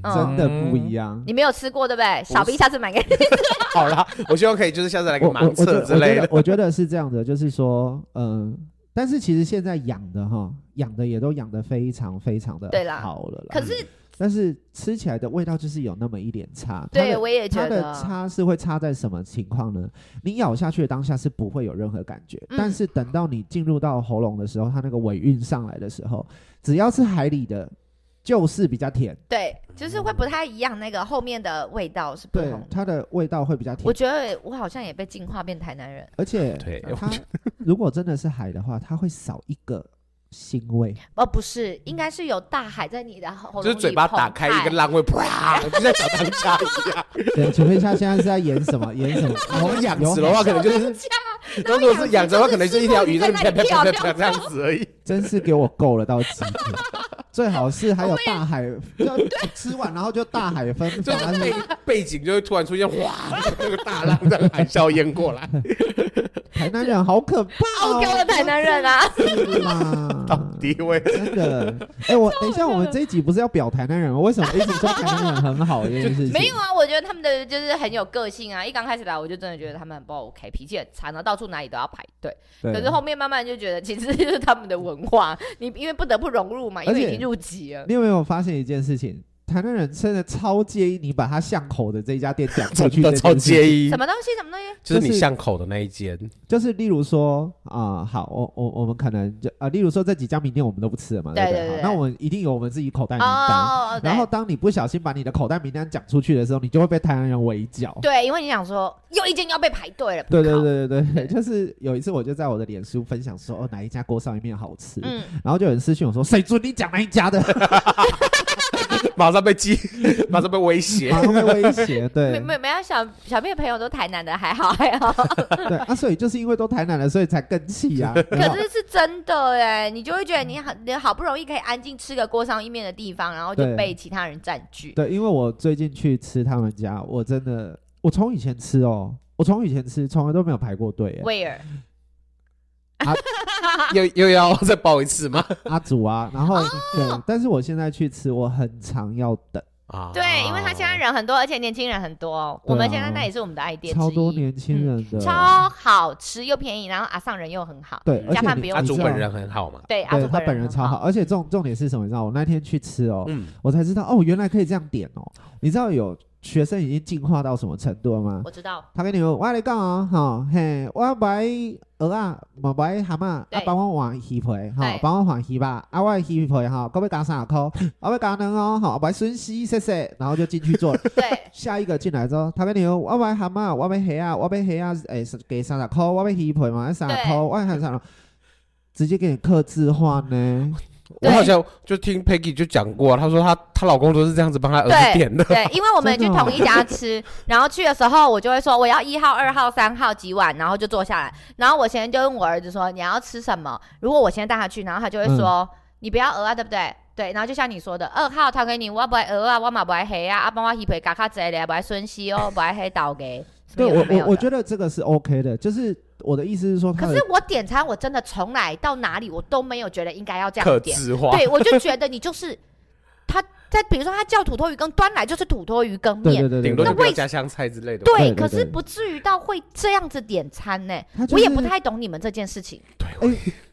D: 真
A: 嗯，
D: 的不一样。
A: 你没有吃过对不对？
B: 是
A: 小 B 下次买给你。
B: 好啦，我希望可以就是下次来个
D: 我我
B: 盲
D: 我觉
B: 测
D: 得
B: 之类的，
D: 我觉得我觉得是这样的，就是说，嗯、但是其实现在养的哈，养的也都养的非常非常的
A: 对啦
D: 好了啦。
A: 可是，
B: 嗯
D: 但是吃起来的味道就是有那么一点差。
A: 对
D: 它的
A: 我也觉
D: 它的
A: 得，
D: 差是会差在什么情况呢？你咬下去的当下是不会有任何感觉，
A: 嗯
D: 但是等到你进入到喉咙的时候，它那个尾韵上来的时候，只要是海里的，就是比较甜，
A: 对，就是会不太一样，那个后面的味道是不
D: 对
A: 同，的。
D: 它的味道会比较
A: 我
D: 甜，
A: 觉得我好像也被进化变台南人，
D: 而且
B: 对
D: 它啊如果真的是海的话，它会少一个腥 味，
A: 哦，不是，应该是有大海在你的喉咙
B: 就是
A: 里
B: 嘴巴
A: 澎
B: 打开
A: 湃
B: 一个浪会啪，就在小当家一样。
D: 对，请问一下，现在是在演 什么？演什么？
B: 我们养
D: 有
B: 殖的话，可能就是
A: 然后
B: 如果是养殖的话，可能是一条鱼在
A: 在
B: 那
A: 那
B: 边
A: 里
B: 啪
A: 跳
B: 啪啪啪这样子而已。
D: 真是给我够了 到极致，最好是还有大海，就吃完然后就大海分
B: 就
D: 发
B: 是背背景就会突然出现哗，那个大浪在海啸淹过来，
D: 台南人好可怕
A: 傲
D: 哦！
A: 娇的台南人啊，
D: 是啦，
B: 到底为
D: 真的，哎，我等一下，我们这一集不是要表台南人吗？为什么一直说台南人很好这件事 情？
A: 没有啊，我觉得他们的就是很有个性啊。一刚开始来，我就真的觉得他们很不 OK，脾气很差，然后到处哪里都要排队。
D: 对，
A: 可是后面慢慢就觉得，其实就是他们的文化， 你因为不得不融入嘛，因
D: 而
A: 为
D: 且
A: 已经入籍了。
D: 你有没有发现一件事情？台南人真的超介意你把他巷口的这一家店讲出 去
B: 真
D: 这
B: 的
D: 件事
B: 超
D: 情，
B: 介意
A: 什，么东西？什么东西？
B: 就是你巷口的那一间，
D: 就是例如说啊、好，我我我们可能就啊、例如说这几家名店我们都不吃了嘛，
A: 对
D: 不
A: 对
D: 好
A: 对
D: 那我们一定有我们自己口袋
A: 哦
D: 名单。
A: 哦，哦
D: 然后
A: 对
D: 当你不小心把你的口袋名单讲出去的时候，你就会被台南人围 剿。
A: 对，因为你想说又一间要被排队了，
D: 对对
A: 靠，
D: 对对对，就是有一次我就在我的脸书分享说，哦哪一家锅烧一面好吃，
A: 嗯，
D: 然后就有人私信我说，谁准你讲哪一家 的，
B: 马上被击，马上被 威胁
D: 然。后被威胁。
A: 没
D: 对
A: 没没有小小妹的朋友都台南的，还好还好。
D: 对啊，所以就是因为都台南了，所以才更气 啊。有没有
A: 可是是真的哎，你就会觉得你很你好不容易可以安静吃个锅烧意面的地方，然后就
D: 对
A: 被其他人占据。
D: 对，因为我最近去吃他们家，我真的，我从以前吃哦，我从以前吃从来都没有排过队耶。
A: Where？
B: 又又要再爆一次吗？
D: 阿祖啊，然后、对，但是我现在去吃，我很常要等，
B: 啊，
A: 对，因为他现在人很多，而且年轻人很多。我们现在那也是我们的爱店之一，
D: 啊超多年轻人的，
A: 嗯超好吃又便宜，然后阿上人又很好。
D: 对，而
A: 加
D: 且
A: 饭
D: 你
A: 不用
B: 他
D: 你
B: 主
D: 知道
B: 本人很好嘛，
A: 对，啊阿
D: 对
A: 祖
D: 他本人
A: 很
D: 超好，。而且重重点是什么？你知道，我那天去吃哦，
B: 嗯，
D: 我才知道哦，原来可以这样点哦。你知道有学生已经进化到什么程度了吗？
A: 我知道，
D: 他跟你们我来讲哦，哈、嘿，我不爱鹅啊，嘛不爱蛤蟆，啊
A: 对
D: 帮我换鱼皮，哈、
A: 对
D: 帮我换鱼吧，啊我的鱼皮哈，可不可以加三颗？我要加两哦，哈，我要笋丝，谢谢，然后就进去 做 了。
A: 对
D: 下一个进来之后，他跟你说我要蛤蟆，我要虾啊，我要虾啊，诶、给三十块，我要鱼皮嘛，三十块，
A: 对
D: 我要三十块，直接给你刻字化呢。
A: 哦
B: 我好像就听 Peggy 就讲过，她说她她老公都是这样子帮她儿子点的，
A: 对，因为我们去
D: 真的哦
A: 同一家吃，然后去的时候我就会说我要一号、二号、三号几碗，然后就坐下来。然后我现在就问我儿子说你要吃什么？如果我现在带他去，然后他就会说、
D: 嗯
A: 你不要鹅啊，对不对？对，然后就像你说的，二号他给你我不爱鹅啊，我嘛不爱黑啊，啊帮我黑皮嘎嘎之类的，不爱孙西哦，不爱黑倒给。什
D: 对
A: 么有
D: 我
A: 的没有
D: 我我
A: 的
D: 觉得这个是 OK 的，就是我的意思是说，他
A: 可
D: 的
A: 是我点餐，我真的从来到哪里我都没有觉得应该要这
B: 克
A: 样点。
B: 制化。
A: 对，我就觉得你就是他在，比如说他叫土豆鱼羹，端来就是土豆鱼羹
D: 对
A: 面。
D: 对对
B: 顶
D: 对
B: 多就
D: 对，
B: 不要加香菜之类的。
A: 对，
D: 对对
A: 可是
D: 对
A: 不至于到会这样子点餐呢、
D: 他就
A: 我也
D: 是
A: 不太懂你们这件事情。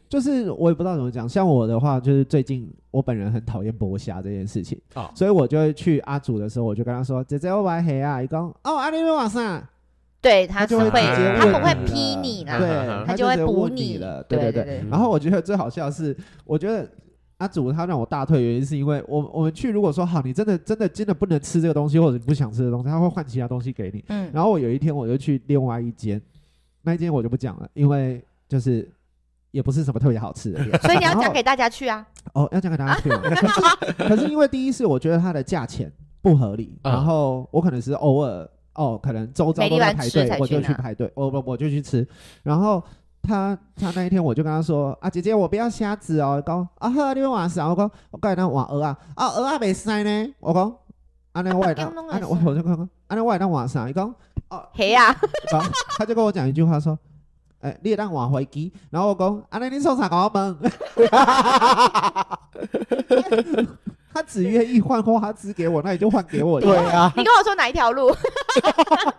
D: 就是我也不知道怎么讲，像我的话，就是最近我本人很讨厌剥虾这件事情，
B: 哦
D: 所以我就会去阿祖的时候，我就跟他说：“姐姐，我白黑啊，一共哦，阿里没往上。
A: 对，他
D: 就是会
A: 会
D: 直接，
A: 他
D: 问
A: 不会
D: 你啊
A: 批你
D: 对，
A: 啦。
B: 嗯
D: 他
A: 他就会
D: 直接
A: 补
D: 问
A: 你
D: 了，对
A: 对
D: 对
A: 对对
D: 然后我觉得最好笑的是，我觉得。阿祖他让我大退，原因是因为我我们去如果说好，你真的真的真的不能吃这个东西，或者你不想吃的东西，他会换其他东西给你。
A: 嗯，。
D: 然后我有一天我就去另外一间，那一间我就不讲了，因为就是也不是什么特别好吃的 店
A: 所以你要
D: 然后
A: 讲给大家去啊。
D: 哦，要讲给大家听哦。可是可是因为第一是我觉得它的价钱不合理，
B: 嗯
D: 然后我可能是偶尔哦，可能周遭
A: 美丽
D: 都在
A: 湾
D: 排
A: 吃
D: 队
A: 才，
D: 我
A: 去
D: 就去
A: 拿
D: 排队，我我我就去吃，然后。他他那一天我就跟他说啊，姐姐我不要虾子哦，讲啊呵，你们晚上我讲我讲那碗鹅啊，啊鹅啊没塞呢，我讲啊那我也当
A: 啊北京拢会
D: 啊那我我就讲啊那我也当晚上，伊讲哦
A: 嘿啊呀、
D: 然后他就跟我讲一句话说：“哎、你让我回机。”然后我讲：“啊，那你送啥给我们？” 他只愿意换花枝给我，那你就换给我。
B: 对，啊，
A: 你跟我说哪一条路？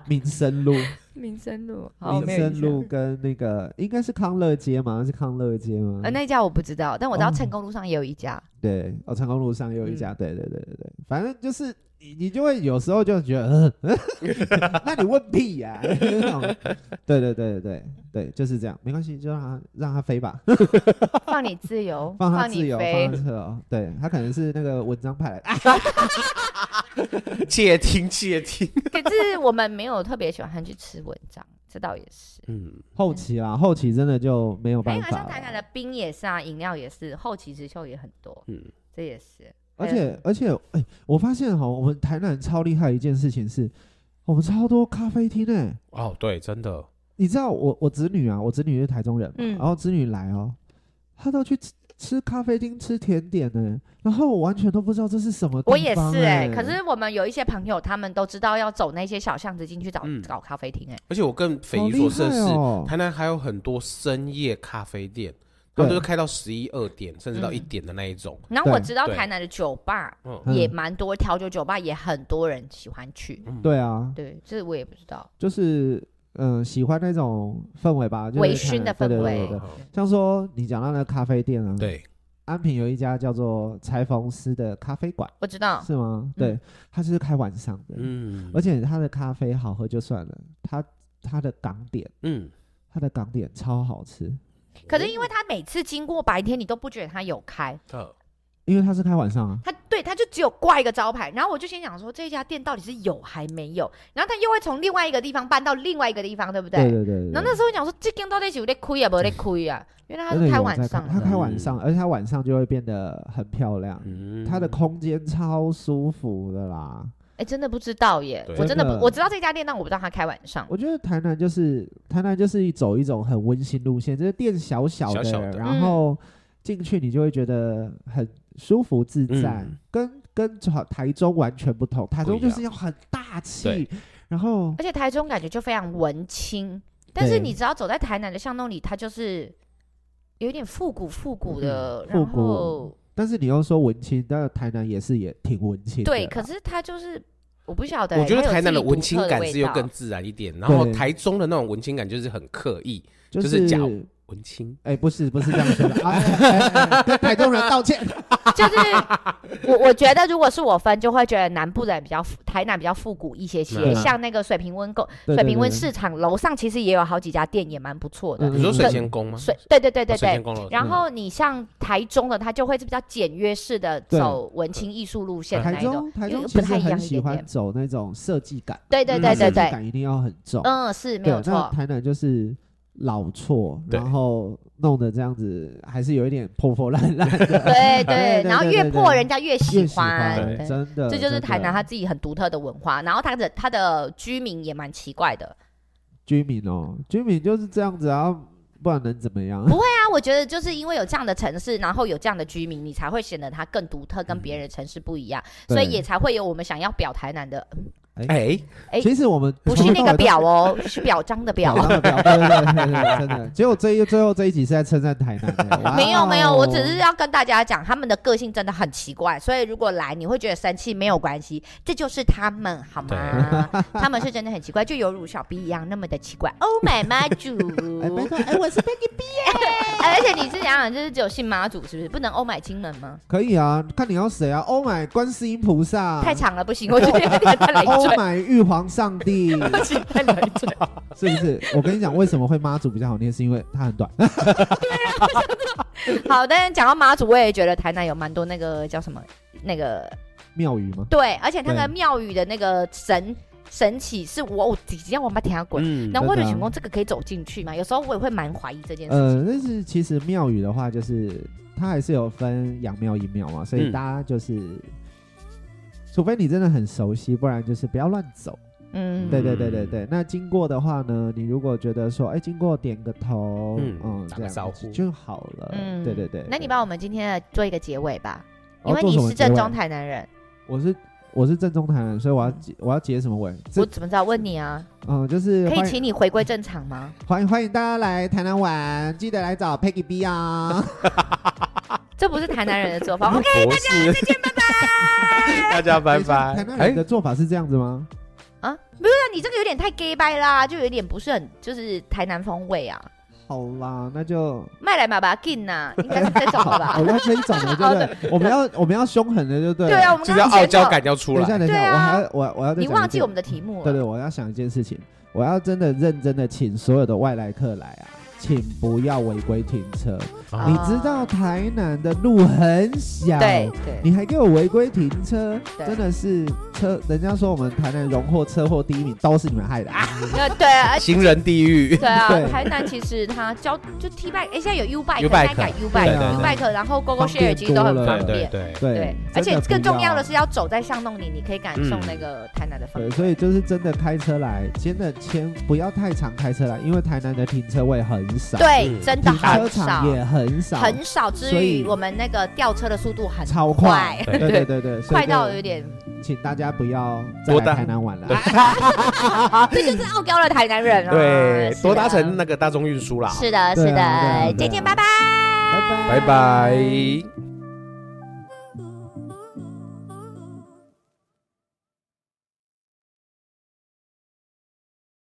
D: 民生路
A: 民生路，好，
D: 民
A: 没有印
D: 生
A: 象
D: 路跟那个应该是康乐街吗？是康乐街吗？
A: 呃，那一家我不知道，但我知道
D: 哦
A: 成功路上也有一 家。
D: 对，哦，成功路上也有一
A: 嗯
D: 家，对对对对对，反正就是你你就会有时候就觉得，嗯嗯 那你问屁呀、 那种对对对对对对，就是这样，没关系，就让它让它飞吧，
A: 放你自由，
D: 放它
A: 放
D: 自
A: 你
D: 由，
A: 飞
D: 放它。自由，对，它可能是那个文章派来的，啊
B: 窃听窃听，
A: 可是我们没有特别喜欢去吃文章，这倒也是。
B: 嗯，
D: 后期啦，后期真的就没有
A: 还
D: 办
A: 有啊，
D: 法
A: 像台南的
D: 了。
A: 冰也是啊，饮料也是，后起之秀也很多，
B: 嗯
A: 嗯，这也是。
D: 而
A: 还有
D: 且而且，哎、我发现哈，我们台南超厉害的一件事情是，我们超多咖啡厅哎、
B: 哦，对，真的，
D: 你知道我我侄女啊，我侄女是台中人嘛，
A: 嗯
D: 然后侄女来哦，她都去吃吃咖啡厅吃甜点呢、然后我完全都不知道这是什么、地
A: 我也
D: 方
A: 是哎、
D: 哎、
A: 可是我们有一些朋友，他们都知道要走那些小巷子进去找、
B: 嗯
A: 找咖啡厅哎、
B: 而且我更匪
D: 好
B: 夷
D: 厉
B: 所思的
D: 害
B: 是，
D: 哦
B: 台南还有很多深夜咖啡店，他们
D: 对
B: 都是开到十一二点，甚至到
A: 嗯
B: 一点的那一种。
A: 然后我
D: 对
A: 知道
B: 对
A: 台南的酒吧
B: 嗯，
D: 嗯
A: 也蛮多，调酒酒吧也很多人喜欢去。
B: 嗯
D: 对啊，
A: 对，这我也不知道。
D: 就是嗯、呃喜欢那种氛围吧，就是
A: 微醺的
D: 台
A: 氛
D: 南对对
A: 围
D: 对对对嗯
B: 对
D: 像说你讲到那个咖啡店啊，，
B: 嗯对，
D: 安平有一家叫做裁缝师的咖啡馆，
A: 我知道，
D: 是吗？对，它就是开晚上的，
B: 嗯
D: 而且它的咖啡好喝就算了，它它的港点，
B: 嗯，
D: 它的港点超好吃。
A: 可是因为他每次经过白天，你都不觉得他有开，
B: 呃
D: 因为它是开晚上啊，
A: 他对他就只有挂一个招牌。然后我就心想说，这家店到底是有还没有？然后他又会从另外一个地方搬到另外一个地方，对不对？
D: 对对对
A: 然后那时候我想说，这间到底是有在亏啊，没在亏啊？原来他
D: 真的
A: 是
D: 有
A: 开
D: 人
A: 晚
D: 在
A: 上
D: 它
A: 的。
D: 开晚上，而且它晚上就会变得很漂亮，
B: 嗯
D: 它的空间超舒服的啦。
A: 哎，真的不知道耶
B: 对，
A: 我真的
D: 真
A: 不，
D: 的
A: 我知道这家店，但我不知道他开晚上。
D: 我觉得台南就是台南就是走一种很温馨路线，就是店小小的，
B: 小小的
D: 然后进去你就会觉得很舒服自在，
B: 嗯
D: 跟跟台台中完全不同，台中
B: 不一
D: 就
B: 样
D: 是要很大气
B: 对，
D: 然后
A: 而且台中感觉就非常文青，但是
D: 对
A: 你只要走在台南的巷弄里，它就是有一点复古复古的，
D: 嗯复
A: 然
D: 古
A: 后
D: 但是你又说文青，但台南也是也挺文青的啦，
A: 对，可是它就是我不晓得欸，
B: 我觉得
A: 它有
B: 台南
A: 自
B: 的
A: 己
B: 文
A: 独
B: 青
A: 特的
B: 感
A: 味
B: 是又
A: 道
B: 更自然一点，然后
D: 对
B: 台中的那种文青感就是很刻意
D: 就
B: 就是
D: 是
B: 假文青。
D: 哎、不是不是这样说的，啊哎哎哎跟台中人道歉。
A: 就是 我我觉得如果是我分，就会觉得南部的人比较复台南比较复古一些些，
B: 嗯
A: 像那个水平温购
D: 啊对
A: 水平温
D: 对对
A: 市场楼上其实也有好几家店，也蛮不错的。
B: 你说水
A: 嗯
B: 仙宫吗？
A: 水对对对对
B: 哦水
A: 对
B: 仙，宫楼。
A: 然后你像台中的，它就会是比较简约式的
D: 对
A: 走文青艺术路线的
D: 台
A: 那一种
D: 中，台
A: 又
D: 中
A: 又
D: 其
A: 不
D: 实
A: 太一
D: 很
A: 样一
D: 喜
A: 点
D: 欢
A: 点。
D: 走那种设计感，
A: 对对
B: 嗯
A: 对
D: 它
A: 对
D: 设计
A: 对，
D: 感一定要很重。
A: 嗯，是没
D: 对，
A: 有
D: 那
A: 错。
D: 台南就是老错，
B: 对
D: 然后弄得这样子，还是有一点破破烂烂的，
A: 对
D: 对
A: 对，
D: 对
A: 然后
D: 对
A: 越
D: 对
A: 破
D: 对
A: 人家越
D: 越
A: 喜
D: 喜欢，
A: 对
D: 真的，
A: 这就是
D: 真的
A: 台南他自己很独特的文化，然后他的他的居民也蛮奇怪的。
D: 居民哦，居民就是这样子啊，不然能怎么样？
A: 那我觉得就是因为有这样的城市，然后有这样的居民，你才会显得它更独特，跟别人的城市不一样， 所以
D: 嗯对
A: 也才会有我们想要表台 南的，
B: 哎，
A: 哎
D: 其实我们
A: 不是那个
D: 表
A: 表哦，是表彰的表。
D: 表，表 对对对对对，真的。结果这一最后这一集是在称赞台 南的，哇
A: 没有没有，我只
D: 哦
A: 是要跟大家讲，他们的个性真的很奇怪，所以如果来你会觉得生气没有关系，这就是他们好吗？他们是真的很奇怪，就犹如小 B 一样那么的奇怪。Oh my my
D: 哎没
A: 主，
D: 错，哎，我是 Peggy
A: 哎而且你是想想，就是只有信妈祖是不是？不能 Oh my 金门吗？
D: 可以啊，看你要谁啊？Oh my 观世音菩萨，
A: 太长了不行，我觉得有点太累
D: 啊 Oh
A: 赘，
D: my 玉皇上帝，
A: 不行太累赘。
D: 是不是？我跟你讲，为什么会妈祖比较好念，是因为它很短。
A: 好，但是讲到妈祖，我也觉得台南有蛮多那个叫什么那个
D: 庙宇吗？
A: 对，而且那
D: 对
A: 个庙宇的那个神神奇是我我直接我妈听过。
B: 嗯
A: 那为了
D: 真的啊
A: 成功，这个可以走进去吗？有时候我也会蛮怀疑这件事情。
D: 呃，但是其实庙宇的话，就是它还是有分阳庙、阴庙嘛，所以
B: 嗯
D: 大家就是，除非你真的很熟悉，不然就是不要乱走。
A: 嗯，
D: 对
B: 对
D: 对对对对。那经过的话呢，你如果觉得说，哎，经过点个头，
B: 嗯
D: 嗯，
B: 打
D: 这
B: 个
D: 样
B: 招
D: 子
B: 呼
D: 就好了。
A: 嗯
D: 对对对。
A: 那你
D: 对
A: 帮我们今天的做一个结尾吧，
D: 哦
A: 因为
D: 做
A: 你
D: 什么
A: 是正
D: 结
A: 宗
D: 尾
A: 台南人，
D: 我是我是正宗台南，所以我要结我要结什么尾？
A: 我
D: 这
A: 怎么知道？问你啊，
D: 嗯，就是
A: 可以
D: 欢迎
A: 请你回归正常 吗？
D: 欢迎欢迎大家来台南玩，记得来找 Peggy B 啊！
A: 这不是台南人的做法。OK，哦
B: 博士，大家拜拜，
D: 台南
B: 哎
D: 人的做法是这样子吗？
A: 啊，没有啊，你这个有点太 gay 掰啦，就有点不是很就是台南风味啊，
D: 好啦，那就
A: 卖来嘛吧劲呐，应该是这种 了吧
D: 哦，？要这一种 的，对不对？我们要我们要凶狠的，就对了。
A: 对啊，我们
B: 就
A: 刚
B: 是
A: 刚
B: 要傲
A: 前
B: 娇
A: 头
B: 感要出
D: 等一下，
B: 来。
D: 等一下，
A: 对啊
D: 我还要我要我要再
A: 你
D: 讲一
A: 忘记
D: 件
A: 我们的题目了？
D: 对对，我要想一件事情，我要真的认真的请所有的外来客来啊，请不要违规停车。
A: 啊
D: 你知道台南的路很小，
A: 对对
D: 你还给我违规停车，
A: 对
D: 真的是车，人家说我们台南荣获车祸第一名都是你们害的啊！
A: 呃对啊， 而且
B: 行人地狱，
A: 对啊，
D: 对
A: 台南其实它交就 T bike，哎，现在有 U bike，现
B: U
A: 在改
B: bike，
A: U
D: 对
A: bike
D: 啊
A: U bike，然后 GoGo
D: 方
A: Share
D: 便
A: 其实都很
D: 多了
A: 方
B: 对
A: 便。
B: 对，
A: 对
D: 对，，
A: 而
D: 真的
A: 且更重
D: 不啊
A: 要的是要走在巷弄里，你可以感受那个台南的风
D: 对，
A: 景。
D: 所以就是真的开车来，真的千不要太常开车来，因为台南的停车位很少，，
A: 对，
B: 嗯
A: 真的
D: 停车
A: 很
D: 场
A: 少，
D: 也很少，
A: 很少之
D: 所
A: 余，
D: 以
A: 我们那个吊车的速度很
D: 超
A: 快
B: 对
D: 快，对对对 对，所以
A: 快
D: 就
A: 到有点，
D: 请大家不要再
B: 多
D: 来
B: 大
D: 台南玩了。
A: 啊这就是傲娇的台南人啊。
B: 对，
A: 是
B: 多搭
A: 的
B: 乘那个大众运输啦。
A: 是的，是
D: 对啊对啊
A: 的，
D: 对
A: 再
D: 啊
A: 见，拜拜，
D: 拜
B: 拜拜。